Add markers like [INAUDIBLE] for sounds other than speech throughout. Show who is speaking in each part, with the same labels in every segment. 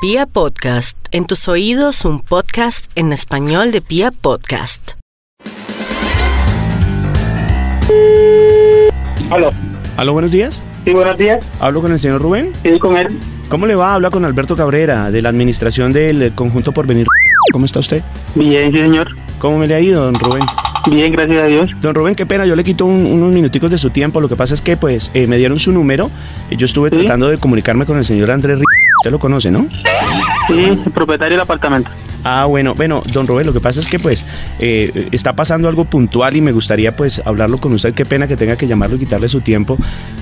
Speaker 1: Pia Podcast, en tus oídos un podcast en español de Pia Podcast.
Speaker 2: Aló.
Speaker 3: Aló, buenos días.
Speaker 2: Sí, buenos días.
Speaker 3: Hablo con el señor Rubén.
Speaker 2: Sí, con él.
Speaker 3: ¿Cómo le va? Habla con Alberto Cabrera, de la administración del eh, conjunto Porvenir. ¿Cómo está usted?
Speaker 2: Bien, sí, señor.
Speaker 3: ¿Cómo me le ha ido, don Rubén?
Speaker 2: Bien, gracias a Dios.
Speaker 3: Don Rubén, qué pena, yo le quito un- unos minuticos de su tiempo. Lo que pasa es que, pues, eh, me dieron su número. y Yo estuve
Speaker 2: ¿Sí?
Speaker 3: tratando de comunicarme con el señor Andrés R- Usted lo conoce, ¿no?
Speaker 2: Sí, el propietario del apartamento. [LAUGHS]
Speaker 3: Ah, bueno, bueno, don Rubén, lo que pasa es que, pues, eh, está pasando algo puntual y me gustaría, pues, hablarlo con usted. Qué pena que tenga que llamarlo y quitarle su tiempo.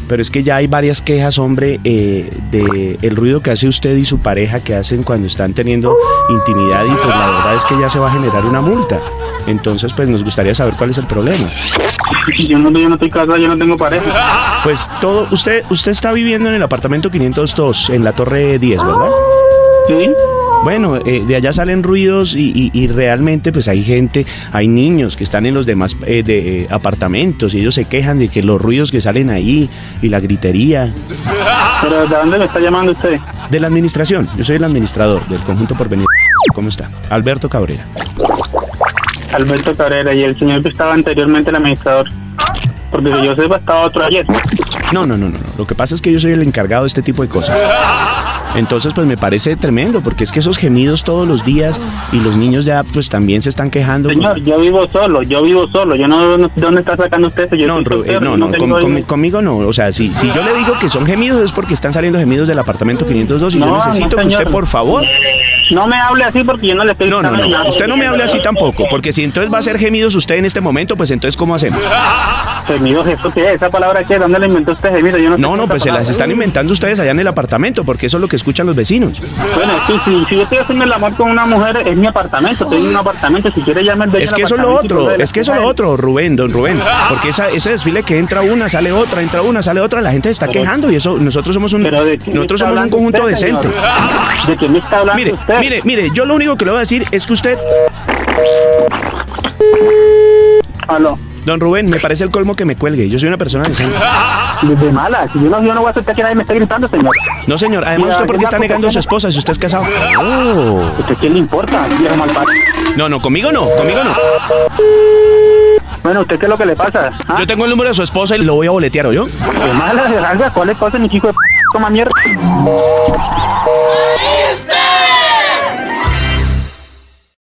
Speaker 3: Pero es que ya hay varias quejas, hombre, eh, de el ruido que hace usted y su pareja que hacen cuando están teniendo intimidad y, pues, la verdad es que ya se va a generar una multa. Entonces, pues, nos gustaría saber cuál es el problema.
Speaker 2: Yo no, yo no estoy casado, yo no tengo [LAUGHS] pareja.
Speaker 3: Pues todo, usted, usted está viviendo en el apartamento 502, en la torre 10, ¿verdad?
Speaker 2: Sí,
Speaker 3: Bueno, eh, de allá salen ruidos y, y- y realmente pues hay gente, hay niños que están en los demás eh, de, eh, apartamentos y ellos se quejan de que los ruidos que salen ahí y la gritería
Speaker 2: pero ¿de dónde me está llamando usted?
Speaker 3: de la administración. Yo soy el administrador del conjunto Porvenir. ¿Cómo está? Alberto Cabrera.
Speaker 2: Alberto Cabrera y el señor que estaba anteriormente el administrador. Porque que yo sepa, estaba otro ayer.
Speaker 3: No, no, no, no, no. Lo que pasa es que yo soy el encargado de este tipo de cosas. Entonces, pues me parece tremendo, porque es que esos gemidos todos los días y los niños ya pues también se están quejando.
Speaker 2: Señor, yo vivo solo, yo vivo solo. Yo no, no- ¿de dónde está sacando usted eso? Yo
Speaker 3: No,
Speaker 2: soy
Speaker 3: Ru- eh,
Speaker 2: soltero,
Speaker 3: no, no,
Speaker 2: tengo
Speaker 3: con- con-
Speaker 2: hijos.
Speaker 3: conmigo no. O sea, si, si yo le digo que son gemidos es porque están saliendo gemidos del apartamento 502 y
Speaker 2: No,
Speaker 3: yo necesito
Speaker 2: no,
Speaker 3: que usted,
Speaker 2: señor.
Speaker 3: por favor.
Speaker 2: No me hable así porque yo no le estoy
Speaker 3: No, no,
Speaker 2: gritando
Speaker 3: no.
Speaker 2: nada.
Speaker 3: Usted no me hable así tampoco, porque si entonces va a hacer gemidos usted en este momento, pues entonces, ¿cómo hacemos?
Speaker 2: Señor, ¿eso qué es? ¿Esa palabra qué? ¿Dónde la inventó usted? Mira, yo no
Speaker 3: No,
Speaker 2: sé
Speaker 3: no,
Speaker 2: esa
Speaker 3: pues se las
Speaker 2: palabra.
Speaker 3: están inventando ustedes allá en el apartamento, porque eso es lo que escuchan los vecinos.
Speaker 2: Bueno, sí, sí, si yo estoy haciendo el amor con una mujer, es mi apartamento, estoy en un apartamento, si quiere llame al dueño
Speaker 3: Es
Speaker 2: del
Speaker 3: que eso es lo
Speaker 2: apartamento y
Speaker 3: otro,
Speaker 2: póngale
Speaker 3: es que
Speaker 2: la
Speaker 3: eso es lo
Speaker 2: culpa a él.
Speaker 3: otro, Rubén, don Rubén. Porque esa, ese desfile que entra una, sale otra, entra una, sale otra, la gente se está
Speaker 2: Pero-
Speaker 3: quejando y eso, nosotros somos un,
Speaker 2: Pero de qué me
Speaker 3: nosotros
Speaker 2: está
Speaker 3: somos un
Speaker 2: hablando
Speaker 3: conjunto
Speaker 2: usted, señor?
Speaker 3: decente.
Speaker 2: ¿De qué me está hablando
Speaker 3: Mire,
Speaker 2: usted?
Speaker 3: mire, mire, yo lo único que le voy a decir es que usted
Speaker 2: Aló,
Speaker 3: Don Rubén, me parece el colmo que me cuelgue. Yo soy una persona decente.
Speaker 2: de, de mala, si yo no, yo no voy a aceptar que nadie me esté gritando, señor.
Speaker 3: No, señor. Además, ¿usted por qué está negando a su esposa si usted es casado? Oh.
Speaker 2: ¿Usted qué le importa, viejo malparido?
Speaker 3: No, no, conmigo no, conmigo no.
Speaker 2: Bueno, ¿usted qué es lo que le pasa? ¿Ah?
Speaker 3: Yo tengo el número de su esposa y lo voy a boletear, ¿o yo?
Speaker 2: ¿De mala? ¿De algo? ¿Cuál le pasa, mi chico de p***? Toma mierda.